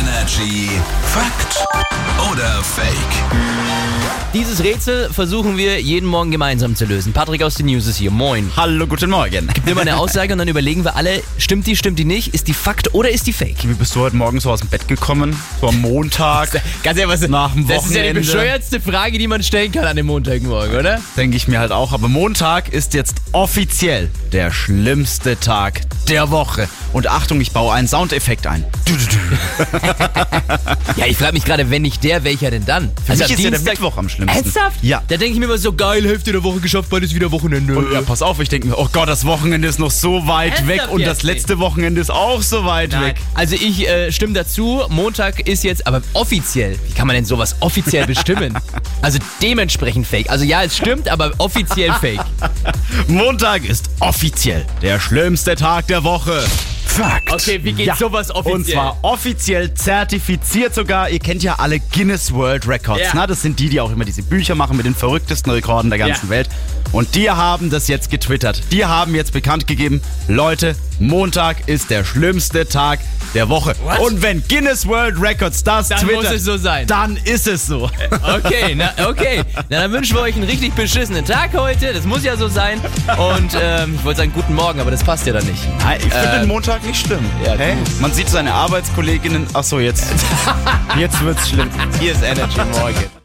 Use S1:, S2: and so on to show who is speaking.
S1: Energy Fakt oder Fake?
S2: Dieses Rätsel versuchen wir jeden Morgen gemeinsam zu lösen. Patrick aus den News ist hier. Moin.
S3: Hallo, guten Morgen.
S2: Nimm mal eine Aussage und dann überlegen wir alle, stimmt die, stimmt die nicht? Ist die Fakt oder ist die Fake?
S3: Wie bist du heute Morgen so aus dem Bett gekommen? So am Montag.
S2: Ganz ehrlich, was,
S3: Nach dem
S2: das ist ja die
S3: Wochenende.
S2: bescheuertste Frage, die man stellen kann an dem Montagmorgen, oder?
S3: Denke ich mir halt auch. Aber Montag ist jetzt offiziell der schlimmste Tag der Woche. Und Achtung, ich baue einen Soundeffekt ein.
S2: Ja, ich frage mich gerade, wenn nicht der, welcher denn dann?
S3: Für mich
S2: Also
S3: ist
S2: am
S3: ja der
S2: Dienstag-
S3: Mittwoch am schlimmsten.
S2: Ernsthaft?
S3: Ja.
S2: Da denke ich mir immer so, geil, Hälfte der Woche geschafft, bald ist wieder Wochenende.
S3: Und ja, pass auf, ich denke mir, oh Gott, das Wochenende ist noch so weit
S2: Ernsthaft
S3: weg und das
S2: jetzt?
S3: letzte Wochenende ist auch so weit
S2: Nein.
S3: weg.
S2: Also ich äh, stimme dazu, Montag ist jetzt aber offiziell. Wie kann man denn sowas offiziell bestimmen? also dementsprechend fake. Also ja, es stimmt, aber offiziell fake.
S3: Montag ist offiziell der schlimmste Tag der Woche.
S1: Fakt.
S2: Okay, wie geht
S3: Ja.
S2: sowas offiziell?
S3: Und zwar offiziell zertifiziert sogar. Ihr kennt ja alle Guinness World Records.
S2: Ja.
S3: Na, das sind die, die auch immer diese Bücher machen mit den verrücktesten Rekorden der ganzen
S2: Ja.
S3: Welt. Und die haben das jetzt getwittert. Die haben jetzt bekannt gegeben, Leute, Montag ist der schlimmste Tag der Woche.
S2: What?
S3: Und wenn Guinness World Records das
S2: Dann muss
S3: twittert,
S2: es so sein. Äh,
S3: dann ist es so.
S2: Okay, na, okay. Na, dann wünschen wir euch einen richtig beschissenen Tag heute. Das muss ja so sein. Und ähm, ich wollte sagen, guten Morgen, aber das passt ja dann nicht.
S3: Ich finde
S2: Äh,
S3: den Montag nicht schlimm.
S2: ja,
S3: hey, man sieht seine Arbeitskolleginnen. Ach so, jetzt. jetzt wird's schlimm.
S2: Hier ist Energy Morgen.